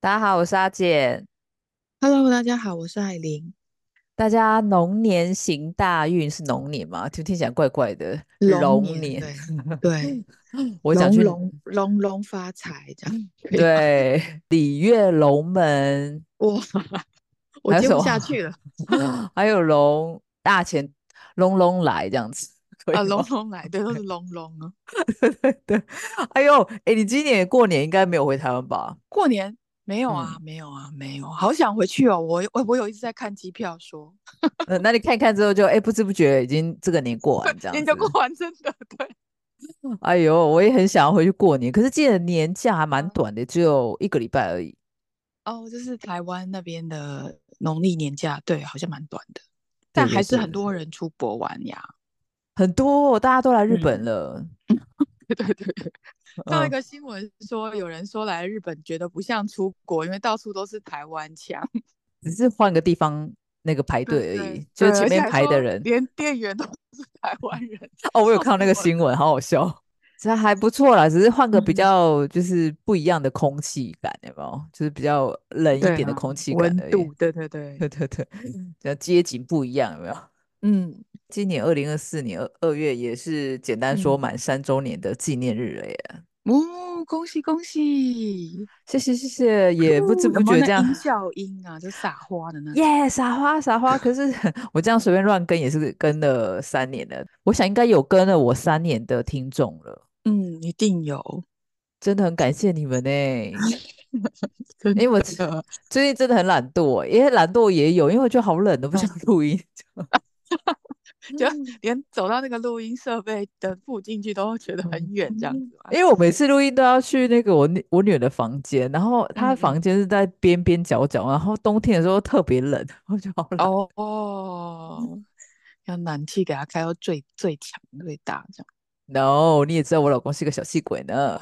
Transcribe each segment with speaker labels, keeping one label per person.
Speaker 1: 大家好，我是阿简。
Speaker 2: Hello，大家好，我是艾琳。
Speaker 1: 大家龙年行大运是龙年吗？就听起来怪怪的。
Speaker 2: 龙
Speaker 1: 龙
Speaker 2: 年，
Speaker 1: 年，
Speaker 2: 对 对，
Speaker 1: 我想
Speaker 2: 龙
Speaker 1: 去
Speaker 2: 龙龙龙发财，这样可以吗？
Speaker 1: 对鲤跃龙 门，
Speaker 2: 哇，我
Speaker 1: 还有
Speaker 2: 接
Speaker 1: 什
Speaker 2: 不下
Speaker 1: 么？啊
Speaker 2: 去了
Speaker 1: 还有龙大钱龙龙来这样子，可
Speaker 2: 啊！
Speaker 1: 以
Speaker 2: 龙
Speaker 1: 吗？
Speaker 2: 龙来，对，都是龙龙 啊。
Speaker 1: 对对对。哎呦，哎，你今年过年应该没有回台湾吧？
Speaker 2: 过年没有啊，
Speaker 1: 嗯，
Speaker 2: 没有啊，没有，好想回去哦。我我我有一直在看机票说，
Speaker 1: 呃，那你看一看之后就，哎，不知不觉已经这个年过完 这样
Speaker 2: 研究过
Speaker 1: 子。
Speaker 2: 完真的 对。
Speaker 1: 哎呦，我也很想要回去过年，可是今年年假还蛮
Speaker 2: 嗯
Speaker 1: 短的，只有一个礼拜而已。
Speaker 2: 哦，就是台湾那边的农历年假，对，好像蛮短的，但
Speaker 1: 对
Speaker 2: 还
Speaker 1: 对
Speaker 2: 是
Speaker 1: 对
Speaker 2: 很
Speaker 1: 对
Speaker 2: 多
Speaker 1: 对，
Speaker 2: 人出国玩 呀。
Speaker 1: 很多哦大家都来日本
Speaker 2: 嗯。
Speaker 1: 了。
Speaker 2: 对对对对，上一
Speaker 1: 嗯，
Speaker 2: 个新闻说，有人说来日本觉得不像出国，因为到处都是台湾腔。
Speaker 1: 只是换个地方那个排
Speaker 2: 对
Speaker 1: 队而
Speaker 2: 对
Speaker 1: 已，就是
Speaker 2: 对，
Speaker 1: 前
Speaker 2: 而且
Speaker 1: 面
Speaker 2: 还
Speaker 1: 排的
Speaker 2: 说
Speaker 1: 人。
Speaker 2: 连店员都是台湾人，
Speaker 1: 哦，我有
Speaker 2: 笑
Speaker 1: 看到那
Speaker 2: 死
Speaker 1: 个
Speaker 2: 我了。
Speaker 1: 新闻，好好笑。 这还不错啦，只是换个比
Speaker 2: 嗯，
Speaker 1: 较就是不一样的空气感，有没有？就是比较冷 一
Speaker 2: 对
Speaker 1: 点的
Speaker 2: 啊，
Speaker 1: 空气感
Speaker 2: 温
Speaker 1: 而已。
Speaker 2: 度，对对对，
Speaker 1: 对对对，比较街景不一样，有没有？
Speaker 2: 嗯
Speaker 1: 今年二零二四年二二月也是简单说
Speaker 2: 嗯，
Speaker 1: 满三周年的纪念日了耶。
Speaker 2: 哦，恭喜恭喜！
Speaker 1: 谢谢谢谢，也不知
Speaker 2: 噗，有
Speaker 1: 不
Speaker 2: 没有
Speaker 1: 觉
Speaker 2: 那
Speaker 1: 这样，
Speaker 2: 音效音啊？就撒 花的那种。
Speaker 1: 耶，撒花撒花。可是 我这样随便乱跟也是跟了三年了，我想应该有跟了我三年的听众了，
Speaker 2: 嗯，一定有，
Speaker 1: 真的很感谢你们 呢。
Speaker 2: 真
Speaker 1: 因为我最
Speaker 2: 的。
Speaker 1: 最近真的很懒惰，因为懒惰也有，因为我觉得好冷都不想
Speaker 2: 嗯，
Speaker 1: 录音。 嗯
Speaker 2: 就连走到那个录音设备的附近去都觉得很远，这样子啊嘛。
Speaker 1: 因为我每次录音都要去那个我女我女儿的房间，然后她
Speaker 2: 嗯
Speaker 1: 的房
Speaker 2: 嗯。
Speaker 1: 间是在边边角角，然后冬天的时候特别冷，我觉得好冷。
Speaker 2: 哦，要暖气给它开到最最强最大这样。
Speaker 1: No，你也知道我老公是个小气鬼呢，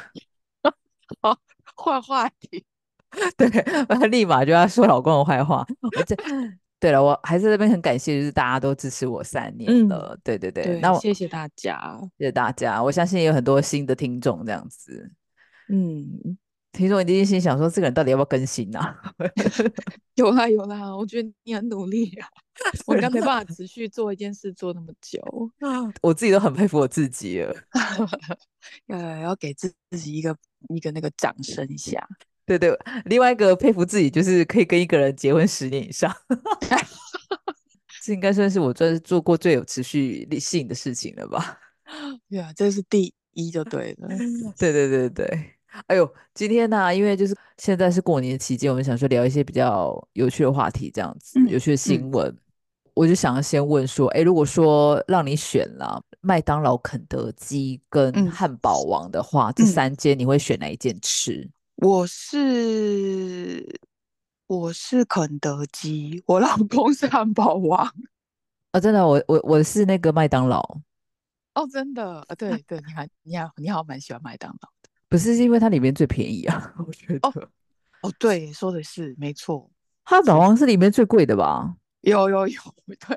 Speaker 2: 好，换话题。
Speaker 1: 对，立马就要说老公的坏话。我这，对了，我还是这边很感谢，就是大家都支持我三年
Speaker 2: 嗯，
Speaker 1: 了，对对对，
Speaker 2: 对，
Speaker 1: 那我
Speaker 2: 谢谢大家。
Speaker 1: 谢谢大家，我相信也有很多新的听众这样子，
Speaker 2: 嗯，
Speaker 1: 听众一定心想说这个人到底要不要更新啊？
Speaker 2: 有啦有啦，我觉得你很努力啊， 我应该没办法持续做一件事做那么 久，
Speaker 1: 我自己都很佩服我自己了。
Speaker 2: 呃，要给自自己一个一个那个掌声一下。
Speaker 1: 对对，另外一个佩服自己就是可以跟一个人结婚十年以上， 这应该算是我做做过最有持续力性的事情了吧？
Speaker 2: 对啊，这是第一就对了。
Speaker 1: 对对对对，哎呦，今天呢、因为就是现在是过年期间，我们想说聊一些比较有趣的话题，这样子，有
Speaker 2: 嗯
Speaker 1: 趣的
Speaker 2: 嗯
Speaker 1: 新闻。我就想要先问说，哎，如果说让你选啦，麦当劳、肯德基跟
Speaker 2: 嗯
Speaker 1: 汉堡王的话，这
Speaker 2: 嗯，
Speaker 1: 三间你会选哪一件吃？
Speaker 2: 我是我是肯德基，我老公是汉堡 王。
Speaker 1: 啊、真的，我我我是那个麦当劳，
Speaker 2: 哦，真的，呃， 对对，你还你还你好，蛮喜欢麦当劳的。
Speaker 1: 不是是因为它里面最便宜啊， 我觉
Speaker 2: 哦
Speaker 1: 得
Speaker 2: 哦，对，说的是没错，
Speaker 1: 汉堡
Speaker 2: 是
Speaker 1: 王是里面最贵的吧？
Speaker 2: 有有 有，对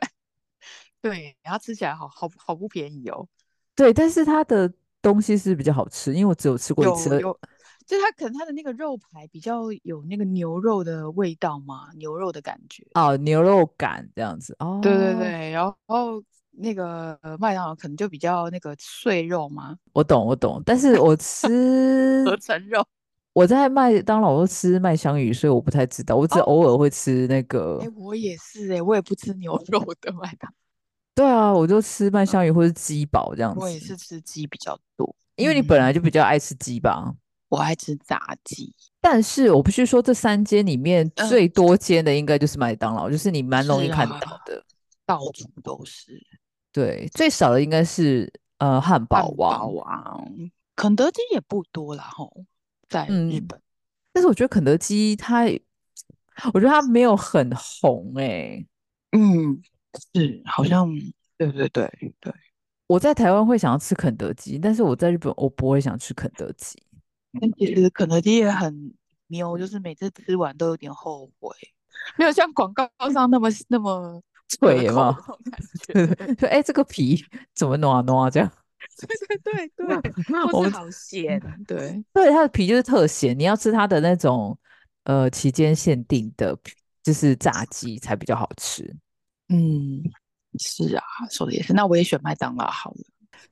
Speaker 2: 对，然后吃起来好好好不便宜哦。
Speaker 1: 对，但是它的东西是比较好吃，因为我只有吃过一次
Speaker 2: 有
Speaker 1: 而，
Speaker 2: 有，就它可能它的那个肉排比较有那个牛肉的味道嘛，牛肉的感觉。
Speaker 1: 哦，牛肉感这样子
Speaker 2: 对对
Speaker 1: 哦，
Speaker 2: 对，然后那个呃麦当劳可能就比较那个碎肉嘛，
Speaker 1: 我懂我懂，但是我
Speaker 2: 合
Speaker 1: 吃
Speaker 2: 成肉。
Speaker 1: 我在麦当劳都吃麦香鱼，所以我不太知道，我只
Speaker 2: 哦，
Speaker 1: 偶尔会吃那
Speaker 2: 哎，
Speaker 1: 个，
Speaker 2: 我也是哎，我也不吃牛肉的麦当
Speaker 1: 对啊，我就吃麦
Speaker 2: 劳，
Speaker 1: 香鱼或是鸡堡这样
Speaker 2: 嗯我也
Speaker 1: 子，
Speaker 2: 是吃鸡比较多。
Speaker 1: 因为你本来
Speaker 2: 嗯。
Speaker 1: 就比较爱吃鸡吧。
Speaker 2: 我爱吃炸鸡，
Speaker 1: 但是我必须说，这三间里面
Speaker 2: 嗯，
Speaker 1: 最多间的应该就是麦当劳，就是你蛮容易
Speaker 2: 是
Speaker 1: 看
Speaker 2: 啊，
Speaker 1: 到的。
Speaker 2: 到处都是
Speaker 1: 对，最少的应该是呃汉堡
Speaker 2: 汉堡
Speaker 1: 王，
Speaker 2: 王，肯德基也不多啦吼，在日
Speaker 1: 嗯，
Speaker 2: 本，
Speaker 1: 但是我觉得肯德基它也，我觉得它没有很红诶、
Speaker 2: 嗯，是，好像，对对对对，
Speaker 1: 我在台湾会想要吃肯德基，但是我在日本我不会想吃肯德 基。
Speaker 2: 但其实肯德基也很牛，就是每次吃完都有点后悔，没有像广告上那么那么
Speaker 1: 脆
Speaker 2: 可
Speaker 1: 有没
Speaker 2: 口
Speaker 1: 有？
Speaker 2: 的那
Speaker 1: 对
Speaker 2: 种感觉，对
Speaker 1: 对， 就哎、诶这个皮怎么暖暖啊这样？
Speaker 2: 对对对，对或
Speaker 1: 我嗯
Speaker 2: 是
Speaker 1: 们
Speaker 2: 好咸，对，
Speaker 1: 对它的皮就是特咸，你要吃它的那种。呃期间限定的，就是炸鸡才比较好吃。
Speaker 2: 嗯，是啊，说的也是。那我也选麦当劳好了。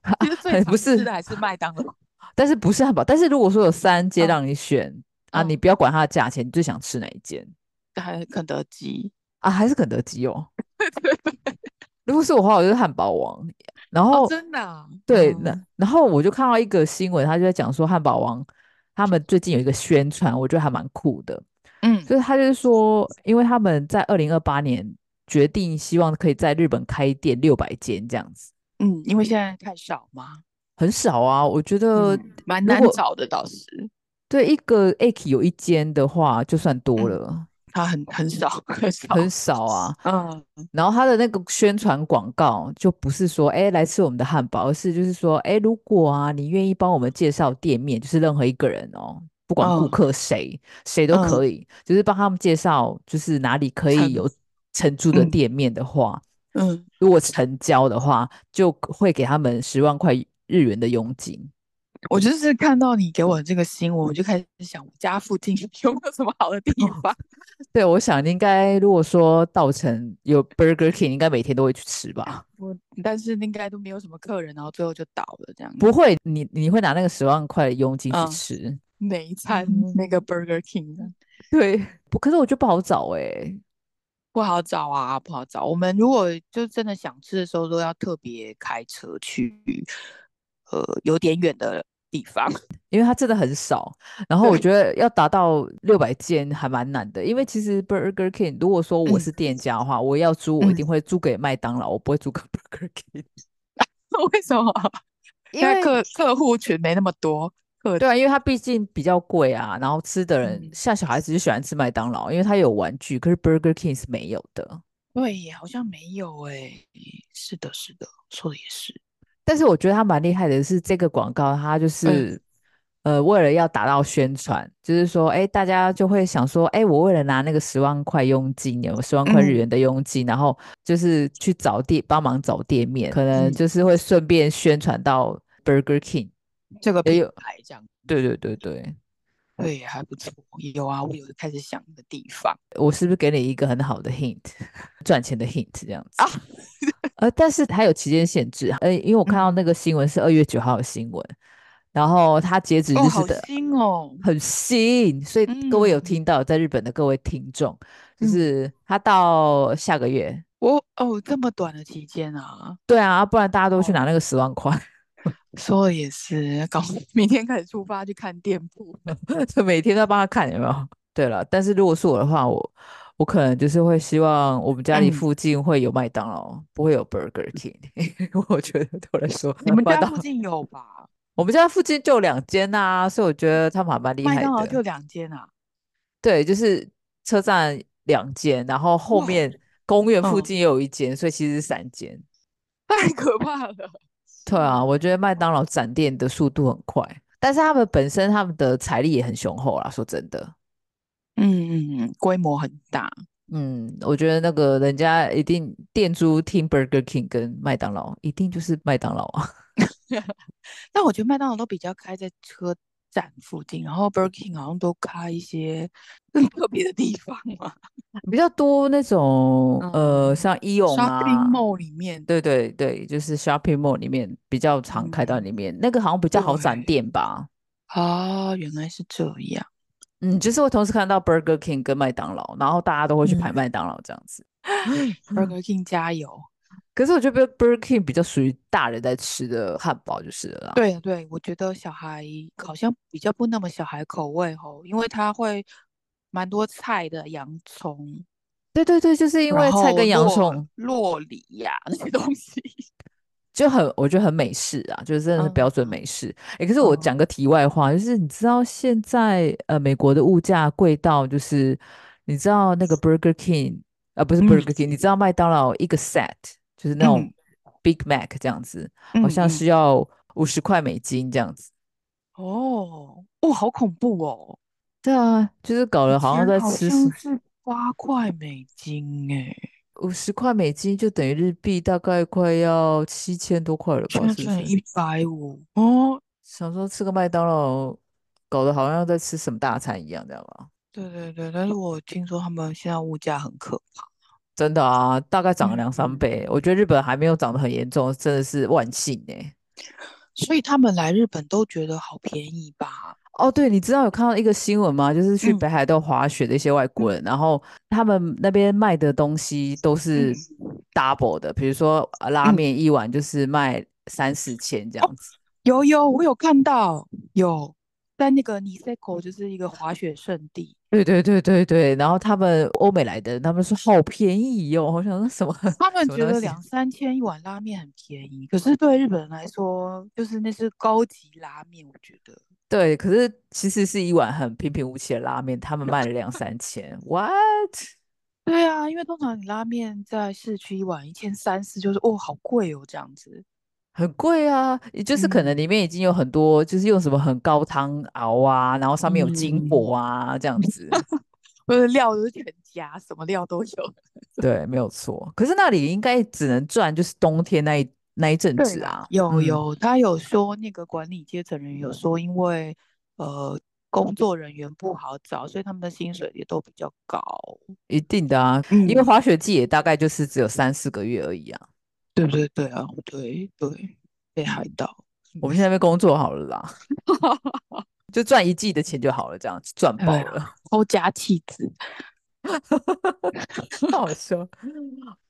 Speaker 2: 其实最
Speaker 1: 不
Speaker 2: 常吃
Speaker 1: 是
Speaker 2: 的还是麦当劳。
Speaker 1: 但是不是汉堡？但是如果说有三间
Speaker 2: 嗯
Speaker 1: 让你选、啊，
Speaker 2: 嗯
Speaker 1: 你不要管它的价钱，你最想吃哪一间
Speaker 2: 还有肯德基，
Speaker 1: 啊？还是肯德基哦。
Speaker 2: 对对对，
Speaker 1: 如果是我的话，我就是汉堡王。然后、
Speaker 2: 哦，真的啊、
Speaker 1: 对，
Speaker 2: 嗯
Speaker 1: 那然后我就看到一个新闻，他就在讲说汉堡王他们最近有一个宣传，我觉得还蛮酷的。
Speaker 2: 嗯
Speaker 1: 就是他就是说，因为他们在二零二八年决定希望可以在日本开店六百间这样子，
Speaker 2: 嗯，因为现在太少嘛，
Speaker 1: 很少啊。我觉得、
Speaker 2: 嗯蛮
Speaker 1: 如
Speaker 2: 难
Speaker 1: 果
Speaker 2: 找的，倒是
Speaker 1: 对一个 A K 有一间的话，就算多
Speaker 2: 嗯哦
Speaker 1: 了，
Speaker 2: 它很很少很少，
Speaker 1: 很少啊。
Speaker 2: 嗯
Speaker 1: 然后他的那个宣传广告就不是说，哎，来吃我们的汉堡，而是就是说，哎，如果啊，你愿意帮我们介绍店面，就是任何一个人哦，不管顾
Speaker 2: 嗯
Speaker 1: 客谁，谁都可以，就是帮他们介绍，就是哪里可以
Speaker 2: 承
Speaker 1: 有承租的
Speaker 2: 嗯
Speaker 1: 店面的话，
Speaker 2: 嗯，
Speaker 1: 如果成交的话，就会给他们十万块日元的佣金。
Speaker 2: 我就是看到你给我这个新闻，我就开始想我家附近 有没有什么好的地方，
Speaker 1: 对，我想应该如果说稻城有 Burger King，应该每天都会去吃吧。
Speaker 2: 我但是应该都没有什么客人，然后最后就倒了这样子，
Speaker 1: 不会，你你会拿那个十万块的佣金去
Speaker 2: 嗯
Speaker 1: 吃？
Speaker 2: 每一餐那个 Burger King 的
Speaker 1: 对，不，可是我觉得不好找哎、
Speaker 2: 不好找啊，不好找。我们如果就真的想吃的时候，都要特别开车去，呃，有点远的地方。
Speaker 1: 因为它真的很少。然后我
Speaker 2: 对
Speaker 1: 觉得要达到六百件还蛮难的，因为其实 Burger King 如果说我
Speaker 2: 嗯
Speaker 1: 是店家的话，我要租我一定
Speaker 2: 嗯
Speaker 1: 会租给麦当劳，我不会租给 Burger King，
Speaker 2: 为什么？
Speaker 1: 因为
Speaker 2: 客客户群没那么多，客
Speaker 1: 对啊，因为它毕竟比较贵啊，然后吃的人
Speaker 2: 嗯
Speaker 1: 像小孩子就喜欢吃麦当劳，因为它有玩具，可是 Burger King 是没有的。
Speaker 2: 对耶，好像没有哎。是的，是的，说的也是。
Speaker 1: 但是我觉得他蛮厉害的是这个广告，他
Speaker 2: 嗯
Speaker 1: 就是、呃，为了要达到宣传，就是说，哎，大家就会想说，哎，我为了拿那个十万块佣金，有十万块日
Speaker 2: 嗯
Speaker 1: 元的佣金，然后就是去找店帮忙找店面，可能
Speaker 2: 嗯
Speaker 1: 就是会顺便宣传到 Burger King。
Speaker 2: 这个
Speaker 1: 也
Speaker 2: 品
Speaker 1: 有
Speaker 2: 牌这样，
Speaker 1: 对对对对，
Speaker 2: 对，还不错。有啊，我有开始想那个地方
Speaker 1: 我是不是给你一个很好的 hint，赚 钱的 hint 这样子
Speaker 2: 啊？
Speaker 1: 呃，但是它有期间限制，呃，因为我看到
Speaker 2: 嗯
Speaker 1: 那个新闻是二月九号的新闻，然后它截止
Speaker 2: 哦，
Speaker 1: 日是
Speaker 2: 好
Speaker 1: 的
Speaker 2: 新哦。
Speaker 1: 很新，所以各位有
Speaker 2: 嗯
Speaker 1: 听到在日本的各位听众，就
Speaker 2: 嗯，
Speaker 1: 是它到下个月，
Speaker 2: 我哦，这么短的期间啊，
Speaker 1: 对啊，不然大家都去
Speaker 2: 哦
Speaker 1: 拿那个十万块，
Speaker 2: 说的也是。搞， 明天开始出发去看店 铺。
Speaker 1: 就每天都要帮他看有没有。对了，但是如果是我的话，我我可能就是会希望我们家里
Speaker 2: 嗯。
Speaker 1: 附近会有麦当劳，不会有 Burger King，因 为我觉得对我来说，
Speaker 2: 你们
Speaker 1: 麦
Speaker 2: 家
Speaker 1: 当
Speaker 2: 附近有吧？
Speaker 1: 我们家附近就有两间呐、所以我觉得他们还蛮厉
Speaker 2: 麦
Speaker 1: 害
Speaker 2: 当劳
Speaker 1: 的。
Speaker 2: 就两间啊。
Speaker 1: 对，就是车站两间，然后后
Speaker 2: 哇，
Speaker 1: 面公园附
Speaker 2: 嗯，
Speaker 1: 近也有一间，所以其实是三间。
Speaker 2: 太可怕了。
Speaker 1: 对啊，
Speaker 2: 嗯
Speaker 1: 我觉得麦当劳展店的速度很快，但是他们本身他们的财力也很雄厚啦。说真的，
Speaker 2: 嗯嗯，规模很大。
Speaker 1: 嗯，我觉得那个人家一定店租听 Burger King 跟麦当劳，一定就是麦当劳啊。
Speaker 2: 但我觉得麦当劳都比较开在车站附近，然后 Burger King 好像都开一些更特别的地方啊嘛。
Speaker 1: 比较多那种呃，
Speaker 2: 嗯
Speaker 1: 像 Eon
Speaker 2: ，Shopping
Speaker 1: 啊，
Speaker 2: Mall 里面，
Speaker 1: 对对对，就是 shopping mall 里面比较常开到里
Speaker 2: 嗯，
Speaker 1: 面，那个好像比较好展
Speaker 2: 对。
Speaker 1: 店吧。
Speaker 2: 啊，原来是这样。
Speaker 1: 嗯，就是会同时看到 Burger King 跟麦当劳，然后大家都会去排
Speaker 2: 嗯
Speaker 1: 麦当劳这样子。嗯
Speaker 2: ，Burger King 加油。
Speaker 1: 可是我觉得 Burger King 比较属于大人在吃的汉堡就是了啦。
Speaker 2: 对啊对，我觉得小孩好像比较不那么小孩口味吼，因为它会蛮多菜的，洋葱，
Speaker 1: 对对对，就是因
Speaker 2: 然
Speaker 1: 为菜
Speaker 2: 后
Speaker 1: 跟洋
Speaker 2: 洛
Speaker 1: 葱
Speaker 2: 洛梨呀、 那些东西。
Speaker 1: 就很，我觉得很美式啊，就是真的是
Speaker 2: 嗯
Speaker 1: 标准美式。诶，可是我
Speaker 2: 嗯
Speaker 1: 讲个题外话，就是你知道现在呃美国的物价贵到，就是你知道那个 Burger King 啊、呃、不是
Speaker 2: 嗯
Speaker 1: Burger King，你知道麦当劳一个 set 就是那种
Speaker 2: 嗯
Speaker 1: Big Mac 这样子， 好
Speaker 2: 嗯
Speaker 1: 像是
Speaker 2: 嗯，
Speaker 1: 要五十块美金这样子。
Speaker 2: 哦，哦，好恐怖哦！
Speaker 1: 对啊，就是搞
Speaker 2: 以
Speaker 1: 了好像
Speaker 2: 前
Speaker 1: 在
Speaker 2: 啊好
Speaker 1: 吃
Speaker 2: 像
Speaker 1: 十
Speaker 2: 是八块美金诶，
Speaker 1: 五十块美金，就等于日币大概快要七千多块了吧？
Speaker 2: 现在
Speaker 1: 是不
Speaker 2: 剩
Speaker 1: 是？
Speaker 2: 一百五哦。
Speaker 1: 想说吃个麦当劳，搞得好像在吃什么大餐一样，这样吧？
Speaker 2: 对对对，但是我听说他们现在物价很可怕。
Speaker 1: 真的啊，大概涨了
Speaker 2: 嗯
Speaker 1: 两三倍。我觉得日本还没有涨得很严重，真的是万幸哎、
Speaker 2: 所以他们来日本都觉得好便宜吧？
Speaker 1: 哦，对，你知道有看到一个新闻吗？就是去
Speaker 2: 嗯
Speaker 1: 北海道滑雪的一些外国人，然后他们那边卖的东西都是 double 的，比如说呃拉
Speaker 2: 嗯哦
Speaker 1: 面一碗就是卖三四千这样子。
Speaker 2: 有有，我有看到有在那个尼塞口，就是一个滑雪圣地。
Speaker 1: 对对对对对，然后他们欧美来的人，他们说好便宜哟、我想说什么？
Speaker 2: 他们
Speaker 1: 什么
Speaker 2: 觉
Speaker 1: 东
Speaker 2: 得
Speaker 1: 西
Speaker 2: 两三千一碗拉面很便宜，可是对日本人来说，就是那是高级拉面。我觉得
Speaker 1: 对，可是其实是一碗很平平无奇的拉面，他们卖了两三千，what？
Speaker 2: 对啊，因为通常你拉面在市区一碗一千三四，就是哦好贵哦这样子。
Speaker 1: 很贵啊，也就是可能
Speaker 2: 嗯
Speaker 1: 里面已经有很多，就是用什么很高汤熬啊，然后上面有金
Speaker 2: 嗯
Speaker 1: 箔啊，这样子。
Speaker 2: 不是料都是全家，什么料都有。
Speaker 1: 对，没有错。可是那里应该只能赚就是冬天那一那一阵
Speaker 2: 对
Speaker 1: 子
Speaker 2: 啦
Speaker 1: 啊。，
Speaker 2: 有
Speaker 1: 嗯，
Speaker 2: 有，他有说那个管理阶层人员有说，因为呃工作人员不好找，所以他们的薪水也都比较高。
Speaker 1: 一定的啊，因为
Speaker 2: 嗯，
Speaker 1: 滑雪季也大概就是只有三四个月而已啊。
Speaker 2: 对对对啊，对对，北海道。
Speaker 1: 我们去那边工作好了 啦，就赚一季的钱就好了，这样赚
Speaker 2: 对
Speaker 1: 爆
Speaker 2: 啊
Speaker 1: 了，
Speaker 2: 欧家气质，
Speaker 1: 好笑。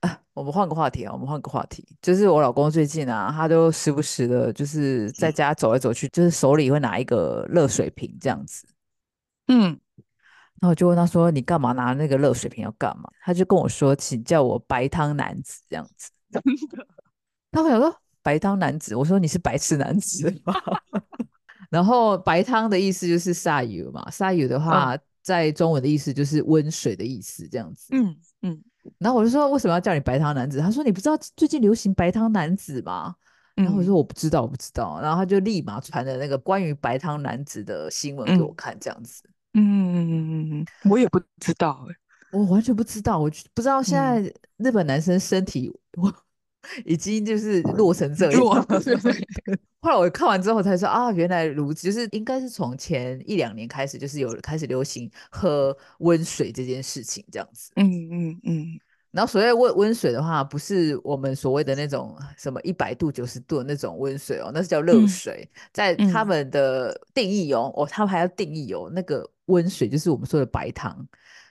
Speaker 1: 啊，我们换个话题啊，我们换个话题，就是我老公最近啊，他都时不时的，就是
Speaker 2: 嗯
Speaker 1: 在家走来走去，就是手里会拿一个热水瓶这样子。
Speaker 2: 嗯，
Speaker 1: 然后我就问他说：“你干嘛拿那个热水瓶要干嘛？”他就跟我说：“请叫我白汤男子这样子。”
Speaker 2: 真的，
Speaker 1: 然后我想说：“白汤男子，我说你是白痴男子
Speaker 2: 嗯
Speaker 1: 吗？” 然后白汤的意思就是下雨嘛，下雨的
Speaker 2: 嗯
Speaker 1: 话，在中文的意思就是温水的意思这样子。
Speaker 2: 嗯嗯
Speaker 1: 然后我就说为什么要叫你白汤男子？他说你不知道最近流行白汤男子吗？然后我
Speaker 2: 嗯
Speaker 1: 说我不知道，我不知道。然后他就立马传了那个关于白汤男子的新闻给我
Speaker 2: 嗯
Speaker 1: 看，这样子，
Speaker 2: 嗯，我也不知道哎、
Speaker 1: 我完全不知道，我就不知道现在
Speaker 2: 嗯，
Speaker 1: 日本男生身体我已经就是弱成这样。
Speaker 2: 弱对不对？
Speaker 1: 后来我看完之后才说啊，原来如此，就是应该是从前一两年开始，就是有开始流行喝温水这件事情，这样子。
Speaker 2: 嗯嗯嗯
Speaker 1: 然后所谓温温水的话，不是我们所谓的那种什么一百度、九十度的那种温水哦，那是叫热
Speaker 2: 嗯
Speaker 1: 水。在他
Speaker 2: 嗯，
Speaker 1: 们的定义哦，哦，他们还要定义哦，那个温水就是我们说的白糖，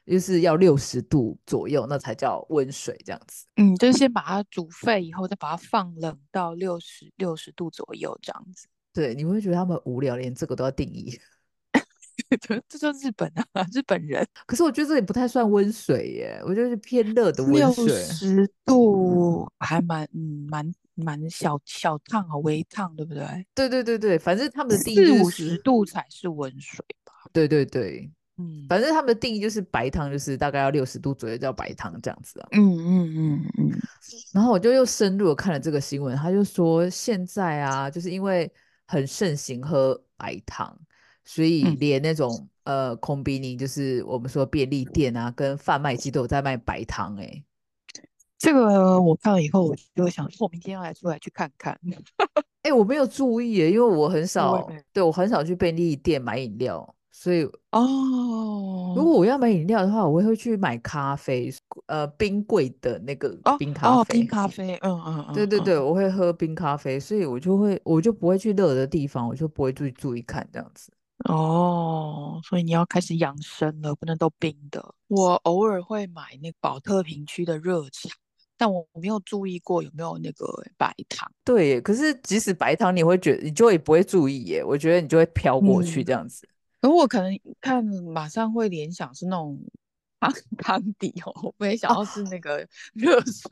Speaker 1: 就是要六十度左右，那才叫温水这样子。
Speaker 2: 嗯，就是先把它煮沸以后，再把它放冷到六十六十度左右这样子。
Speaker 1: 对，你会觉得他们无聊，连这个都要定义。
Speaker 2: 这这就日本啊，日本人
Speaker 1: 可是我觉得这也不太算温水耶，我觉得是偏热的温
Speaker 2: 六
Speaker 1: 水。
Speaker 2: 十度还蛮嗯蛮蛮小小烫啊，微烫对不对？
Speaker 1: 对对对对，反正他们的定义
Speaker 2: 四
Speaker 1: 就
Speaker 2: 五
Speaker 1: 是
Speaker 2: 十
Speaker 1: 是，
Speaker 2: 度才是温水吧？
Speaker 1: 对对对，
Speaker 2: 嗯
Speaker 1: 反正他们的定义就是白糖，就是大概要六十度左右叫白糖这样子啊。
Speaker 2: 嗯嗯嗯嗯，
Speaker 1: 然后我就又深入的看了这个新闻，他就说现在啊，就是因为很盛行喝白糖，所以
Speaker 2: 嗯，
Speaker 1: 连那种呃空比尼，就是我们说便利店啊，跟贩卖机都有在卖白糖、欸，哎，
Speaker 2: 这个我看了以后，我就想说，我明天要来出来去看看。
Speaker 1: 哎，我没有注意、欸，因为我很
Speaker 2: 我也
Speaker 1: 少，
Speaker 2: 没
Speaker 1: 对，我很少去便利店买饮料，所以如
Speaker 2: 哦
Speaker 1: 果我要买饮料的话，我会去买咖啡，呃，冰柜的那个
Speaker 2: 哦
Speaker 1: 冰咖
Speaker 2: 哦，冰
Speaker 1: 啡。
Speaker 2: 咖啡，嗯嗯
Speaker 1: 对
Speaker 2: 嗯
Speaker 1: 对对，
Speaker 2: 嗯，
Speaker 1: 我会喝冰咖啡，所以我就会，我就不会去热的地方，我就不会去注意看这样子。
Speaker 2: 哦，所以你要开始养生了，不能都冰的。我偶尔会买那个宝特瓶区的热茶，但我没有注意过有没有那个白糖。
Speaker 1: 对耶，可是即使白糖，你会觉得你就也不会注意耶，我觉得你就会飘过去
Speaker 2: 嗯，
Speaker 1: 这样子。
Speaker 2: 可我可能看马上会联想是那种 汤汤底哦，我没想
Speaker 1: 哦
Speaker 2: 到是那 个热水。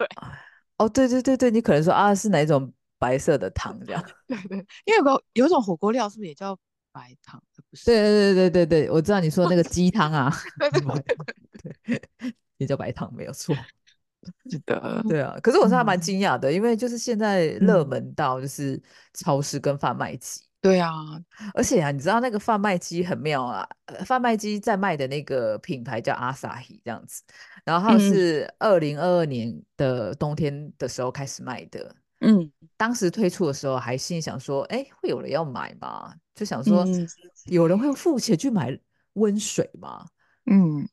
Speaker 1: 哦，对对对对，你可能说啊是哪一种白色的糖这样？
Speaker 2: 对对，因为有个有一种火锅料是不是也叫白糖？不是，
Speaker 1: 对对对对对，我知道你说那个鸡汤啊，
Speaker 2: 对对
Speaker 1: 白
Speaker 2: 对，
Speaker 1: 糖， 对， 也叫白糖没有 错。
Speaker 2: 是的，
Speaker 1: 对啊，可是我是还蛮
Speaker 2: 嗯
Speaker 1: 惊讶的，因为就是现在热
Speaker 2: 嗯，
Speaker 1: 门到就是超市跟贩卖机。
Speaker 2: 对啊，
Speaker 1: 而且啊，你知道那个贩卖机很妙啊，呃贩卖机在卖的那个品牌叫阿萨 i 这样子，然后它
Speaker 2: 嗯
Speaker 1: 是二零二二年的冬天的时候开始卖的，
Speaker 2: 嗯
Speaker 1: 当时推出的时候还心里想说，哎，会有人要买吗？就想说
Speaker 2: 嗯，
Speaker 1: 有人会付钱去买温水吗？
Speaker 2: 嗯，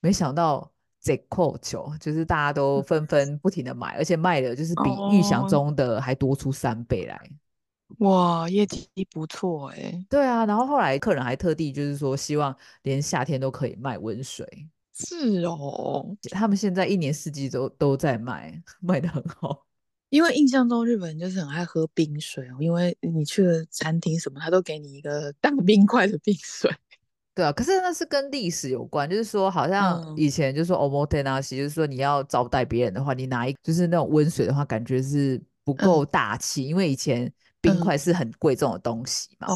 Speaker 1: 没想到折扣球就是大家都纷纷不停的买，而且卖的就是比预想
Speaker 2: 哦，
Speaker 1: 中的还多出三倍来。
Speaker 2: 哇，业绩不错哎诶，
Speaker 1: 对啊，然后后来客人还特地就是说，希望连夏天都可以卖温水，
Speaker 2: 是哦，
Speaker 1: 他们现在一年四季都都在卖， 卖的很好。
Speaker 2: 因为印象中日本人就是很爱喝冰水哦，因为你去了餐厅什么，他都给你一个大冰块的冰水。
Speaker 1: 对啊，可是那是跟历史有关，就是说，好像
Speaker 2: 嗯，
Speaker 1: 以前就说哦 omotenashi，就是说你要招待别人的话，你拿一就是那种温水的话，感觉是不够
Speaker 2: 嗯
Speaker 1: 大气，因为以前冰块
Speaker 2: 嗯，
Speaker 1: 是很贵重的东西嘛。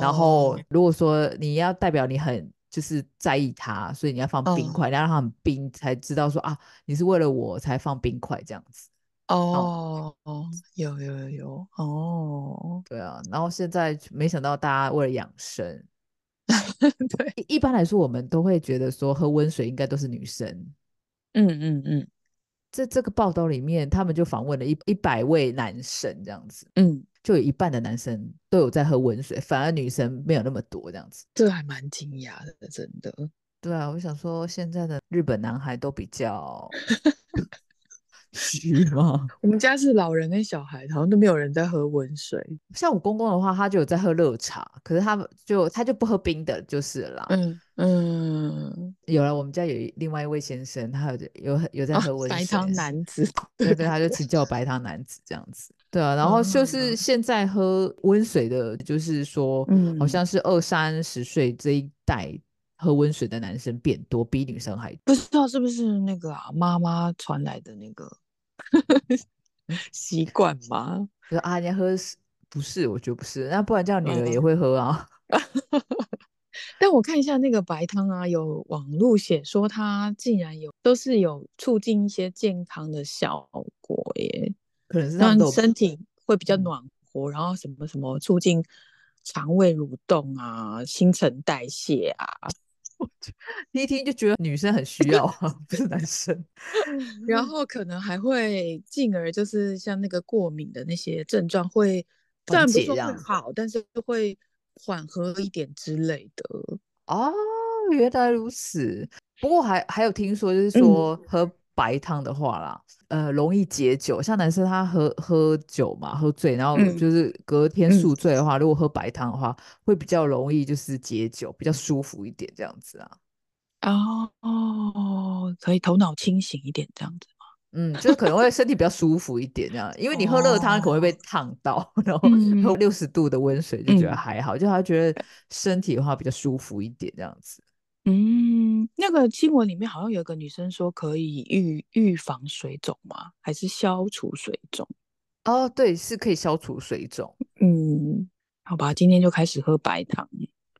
Speaker 1: 然后
Speaker 2: 哦，
Speaker 1: 如果说你要代表你很就是在意它，所以你要放冰
Speaker 2: 嗯，
Speaker 1: 块，你要让它很冰，才知道说啊，你是为了我才放冰块这样子。哦，
Speaker 2: 哦，有有有有，哦，
Speaker 1: 对啊，然后现在没想到大家为了养生，
Speaker 2: 对，
Speaker 1: 一一般来说我们都会觉得说喝温水应该都是女生。
Speaker 2: 嗯嗯嗯
Speaker 1: 在这个报道里面，他们就访问了一一百位男生，这样子，
Speaker 2: 嗯，
Speaker 1: 就有一半的男生都有在喝温水，反而女生没有那么多这样子。
Speaker 2: 这还蛮惊讶的，真的。
Speaker 1: 对啊，我想说现在的日本男孩都比较虚嘛，
Speaker 2: 我们家是老人跟小孩，好像都没有人在喝温水。
Speaker 1: 像我公公的话，他就有在喝热茶，可是他就他就不喝冰的，就是了啦。
Speaker 2: 嗯嗯，
Speaker 1: 有了，我们家有一另外一位先生，他有有喝有在
Speaker 2: 啊，
Speaker 1: 喝温
Speaker 2: 白
Speaker 1: 水，
Speaker 2: 糖男子，
Speaker 1: 对
Speaker 2: 对
Speaker 1: 对，
Speaker 2: 对
Speaker 1: 他就
Speaker 2: 对，
Speaker 1: 吃 叫白糖男子这样子，对啊，然后就是
Speaker 2: 嗯
Speaker 1: 现在喝温水的，就是说好
Speaker 2: 嗯，
Speaker 1: 像是二三十岁这一代喝温水的男生变多，比女生还多
Speaker 2: 不知道是不是那个啊，妈妈传来的那个
Speaker 1: 嗯，
Speaker 2: 习惯吗？
Speaker 1: 就是啊，人家喝是不是？我觉得不是，那不然这样女儿也
Speaker 2: 嗯，
Speaker 1: 会喝啊。
Speaker 2: 但我看一下那个白汤啊，有网路写说它竟然有都是有促进一些健康的效果耶，
Speaker 1: 可能是他们
Speaker 2: 让
Speaker 1: 都有，
Speaker 2: 身体会比较
Speaker 1: 嗯，
Speaker 2: 暖和，然后什么什么促进肠胃蠕动啊、新陈代谢啊，
Speaker 1: 第一听就觉得女生很需要啊， 不是男生。
Speaker 2: 然后可能还会进而就是像那个过敏的那些症状会，虽
Speaker 1: 缓
Speaker 2: 然不是
Speaker 1: 解
Speaker 2: 说
Speaker 1: 这
Speaker 2: 会
Speaker 1: 样
Speaker 2: 好，但是会缓和一点之类的。
Speaker 1: 哦，原来如此。不过还还有听说，就是
Speaker 2: 嗯，
Speaker 1: 说喝白汤的话啦，呃，容易解酒。像男生他喝喝酒嘛，喝醉，然后
Speaker 2: 嗯
Speaker 1: 就是隔天
Speaker 2: 嗯，
Speaker 1: 宿醉的话，如果喝白汤的话，会比较容易就是解酒，比较舒服一点这样子啊。
Speaker 2: 哦，哦可以头脑清醒一点这样子
Speaker 1: 嗯，就是可能会身体比较舒服一点这样，因为你喝热汤可能会被
Speaker 2: 哦，
Speaker 1: 烫到，然后喝
Speaker 2: 嗯
Speaker 1: 六十度的温水就觉得
Speaker 2: 嗯
Speaker 1: 还好，就他觉得身体的话比较舒服一点这样子。
Speaker 2: 嗯，那个新闻里面好像有个女生说可以预预防水肿吗？还是消除水肿？
Speaker 1: 哦，对，是可以消除水肿。
Speaker 2: 嗯，好吧，今天就开始喝白糖。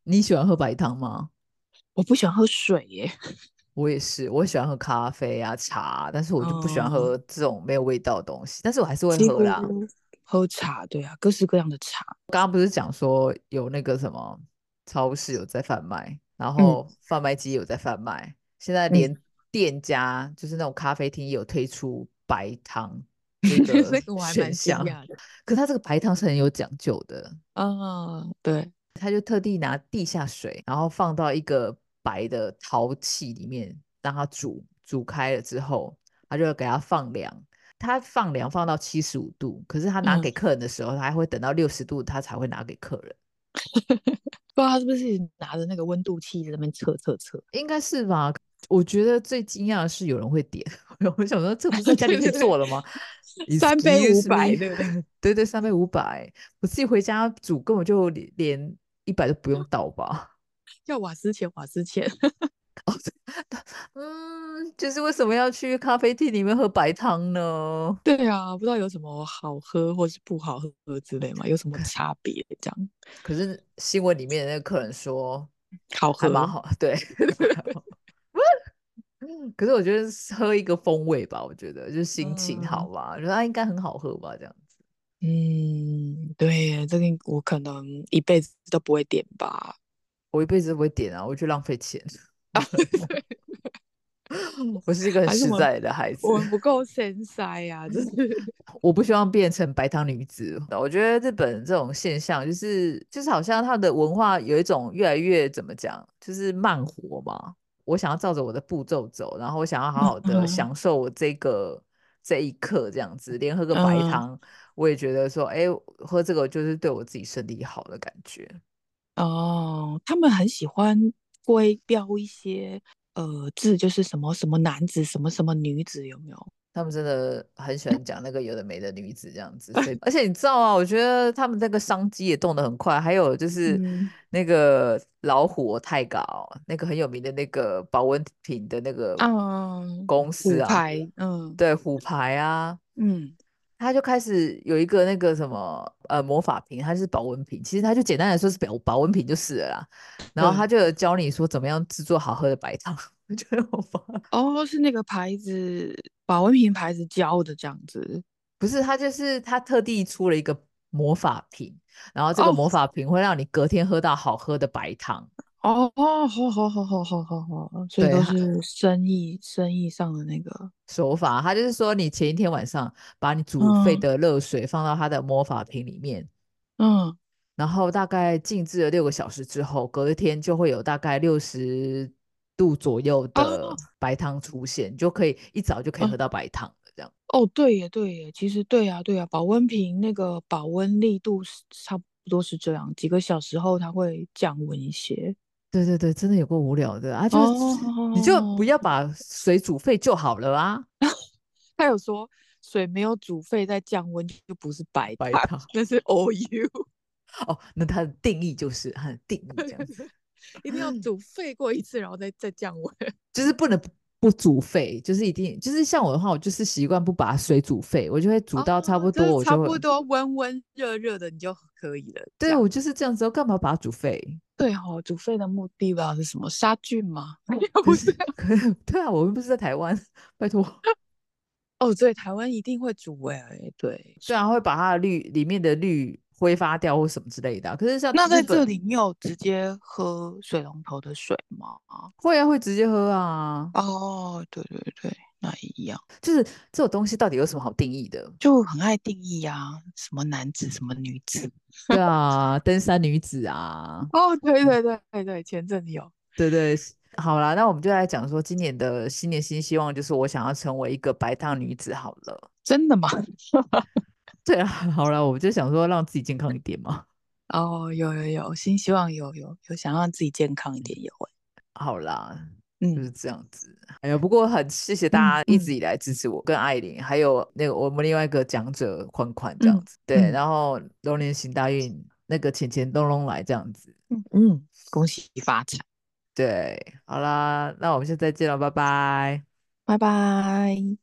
Speaker 1: 你喜欢喝白汤吗？
Speaker 2: 我不喜欢喝水耶。
Speaker 1: 我也是，我喜欢喝咖啡啊、茶啊但是我就不喜欢
Speaker 2: 嗯，
Speaker 1: 喝这种没有味道的东西。但是我还是会
Speaker 2: 几
Speaker 1: 喝啦。
Speaker 2: 乎喝茶，对啊，各式各样的茶。
Speaker 1: 刚刚不是讲说有那个什么超市有在贩卖，然
Speaker 2: 嗯
Speaker 1: 后贩卖机有在贩卖，现在连
Speaker 2: 嗯，
Speaker 1: 店家就是那种咖啡厅也有推出白 糖这个
Speaker 2: 这个我还
Speaker 1: 选
Speaker 2: 蛮惊
Speaker 1: 项。
Speaker 2: 讶的。
Speaker 1: 可它这个白糖是很有讲究的，
Speaker 2: 啊，对，
Speaker 1: 他就特地拿地下水，然后放到一个白的陶器里面，让它煮，煮开了之后，他就给它放凉。他放凉放到七十五度，可是他拿
Speaker 2: 嗯，
Speaker 1: 给客人的时候，他还会等到六十度，他才会拿给客人，
Speaker 2: 不知道他是不是拿着那个温度计在那边测测测。
Speaker 1: 应该是吧？我觉得最惊讶的是有人会点， 我想说这不是在家里
Speaker 2: 对
Speaker 1: 可以
Speaker 2: 对对，
Speaker 1: 做的吗
Speaker 2: 三杯五
Speaker 1: ？Excuse
Speaker 2: 百，
Speaker 1: me，
Speaker 2: 对不对？
Speaker 1: 对对，三杯五百，我自己回家煮根本就连连一百都不用倒吧。
Speaker 2: 要瓦斯钱，瓦斯钱。
Speaker 1: 嗯，就是为什么要去咖啡厅里面喝白汤呢？
Speaker 2: 对啊，不知道有什么好喝或是不好喝之类嘛，有什么
Speaker 1: 可
Speaker 2: 差别这样？
Speaker 1: 可是新闻里面的那个客人说
Speaker 2: 好
Speaker 1: 还蛮
Speaker 2: 喝，
Speaker 1: 好， 对，还蛮好。可是我觉得是喝一个风味吧，我觉得就是心情好
Speaker 2: 嗯
Speaker 1: 吧，觉得啊应该很好喝吧，这样子。
Speaker 2: 嗯，对耶，这个我可能一辈子都不会点吧。
Speaker 1: 我一辈子都不会点啊，我就浪费 钱。 我是一个很
Speaker 2: 还是
Speaker 1: 实
Speaker 2: 我们
Speaker 1: 在的孩子，
Speaker 2: 我们不够深塞呀、就是
Speaker 1: 我不希望变成白糖女子。我觉得日本这种现象，就是就是好像他的文化有一种越来越怎么讲，就是慢活嘛。我想要照着我的步骤走，然后我想要好好的
Speaker 2: 嗯
Speaker 1: 享受我这个这一刻，这样子，连喝个白
Speaker 2: 嗯
Speaker 1: 糖，我也觉得说，哎、喝这个就是对我自己身体好的感觉。
Speaker 2: 哦，他们很喜欢归标一些呃字，就是什么什么男子，什么什么女子，有没有？
Speaker 1: 他们真的很喜欢讲那个有的没的女子这样子， 所以而且你知道啊，我觉得他们那个商机也动得很快，还有就是
Speaker 2: 嗯
Speaker 1: 那个老虎哦泰嘎哦，那个很有名的那个保温瓶的那个
Speaker 2: 嗯，
Speaker 1: 公司
Speaker 2: 虎
Speaker 1: 啊，
Speaker 2: 牌，嗯
Speaker 1: 对虎牌啊，
Speaker 2: 嗯
Speaker 1: 他就开始有一个那个什么呃魔法瓶，它是保温瓶，其实它就简单来说是保保温瓶就是了啦，然后
Speaker 2: 对
Speaker 1: 他就有教你说怎么样制作好喝的白糖， 我觉得我发
Speaker 2: 哦，是那个牌子保温瓶牌子教的这样子。
Speaker 1: 不是，他就是他特地出了一个魔法瓶，然后这个
Speaker 2: 哦
Speaker 1: 魔法瓶会让你隔天喝到好喝的白糖。
Speaker 2: 哦哦，好好好好好好好，所以
Speaker 1: 对啊
Speaker 2: 都
Speaker 1: 它
Speaker 2: 是生意生意上的那个，
Speaker 1: 手法，他就是说你前一天晚上把你煮沸
Speaker 2: 嗯
Speaker 1: 的热水放到他的魔法瓶里面，
Speaker 2: 嗯
Speaker 1: 然后大概静置了六个小时之后，隔天就会有大概六十度左右的
Speaker 2: 哦
Speaker 1: 白糖出现，你就可以一早就可以喝
Speaker 2: 嗯
Speaker 1: 到白糖了。这样
Speaker 2: 哦，对耶对耶，其实对呀对呀，啊保温瓶那个保温力度是差不多是这样，几个小时后它会降温一些。
Speaker 1: 对对对，真的有够无聊的啊！就是你就不
Speaker 2: 哦，
Speaker 1: 要把水煮沸就好了啊，
Speaker 2: 他有说水没有煮沸再降温就不是白
Speaker 1: 白
Speaker 2: 糖，
Speaker 1: 糖。
Speaker 2: 那是 O U，
Speaker 1: 哦，那它的定义就是它的定义这样 子，
Speaker 2: 一 定要煮沸过一次，然后再再降温。
Speaker 1: 就是不能不不煮沸，就是一定就是像我的话，我就是习惯不把水煮沸，我就会煮到差
Speaker 2: 哦，
Speaker 1: 不
Speaker 2: 就
Speaker 1: 多，
Speaker 2: 是
Speaker 1: 我
Speaker 2: 差
Speaker 1: 就
Speaker 2: 不
Speaker 1: 会，
Speaker 2: 多温温热热的，你就可以了。这
Speaker 1: 对
Speaker 2: 样
Speaker 1: 我就是这样子，我干嘛把它煮沸？
Speaker 2: 对哦，煮沸的目的吧是什么？杀菌吗？也
Speaker 1: 不
Speaker 2: 不
Speaker 1: 是，
Speaker 2: 是
Speaker 1: 可能 对啊，我们不是在台湾，拜托，
Speaker 2: 哦，对，台湾一定会煮哎，对。
Speaker 1: 虽啊然会把它的绿里面的绿挥发掉或什么之类的啊，可是像
Speaker 2: 那
Speaker 1: 日
Speaker 2: 在这
Speaker 1: 本
Speaker 2: 里，你有直接喝水龙头的水吗？
Speaker 1: 会啊，会直接喝啊，
Speaker 2: 哦，对对对，那一样，
Speaker 1: 就是这种东西到底有什么好定义的？
Speaker 2: 就很爱定义啊，什么男子，什么女子。
Speaker 1: 对啊， 登山女子啊。
Speaker 2: 哦，对对对对对，前阵子有。
Speaker 1: 对对，好啦，那我们就来讲说今年的新年新希望，就是我想要成为一个白糖女子。好了，
Speaker 2: 真的吗？
Speaker 1: 对啊，好啦，我们就想说让自己健康一点嘛。
Speaker 2: 哦，有有有，新希望有有有，想让自己健康一点也会。
Speaker 1: 好啦，就
Speaker 2: 嗯
Speaker 1: 是这样子。哎呀，不过很谢谢
Speaker 2: 嗯
Speaker 1: 大家一直
Speaker 2: 嗯
Speaker 1: 以来支持我跟艾琳，还有那个我们另外一个讲者款款这样
Speaker 2: 嗯
Speaker 1: 子。对，
Speaker 2: 嗯
Speaker 1: 然后龙年行大运，那个钱钱东东来这样子。
Speaker 2: 嗯嗯，恭喜发财，
Speaker 1: 对，好啦，那我们下次再见了，拜拜。
Speaker 2: 拜拜。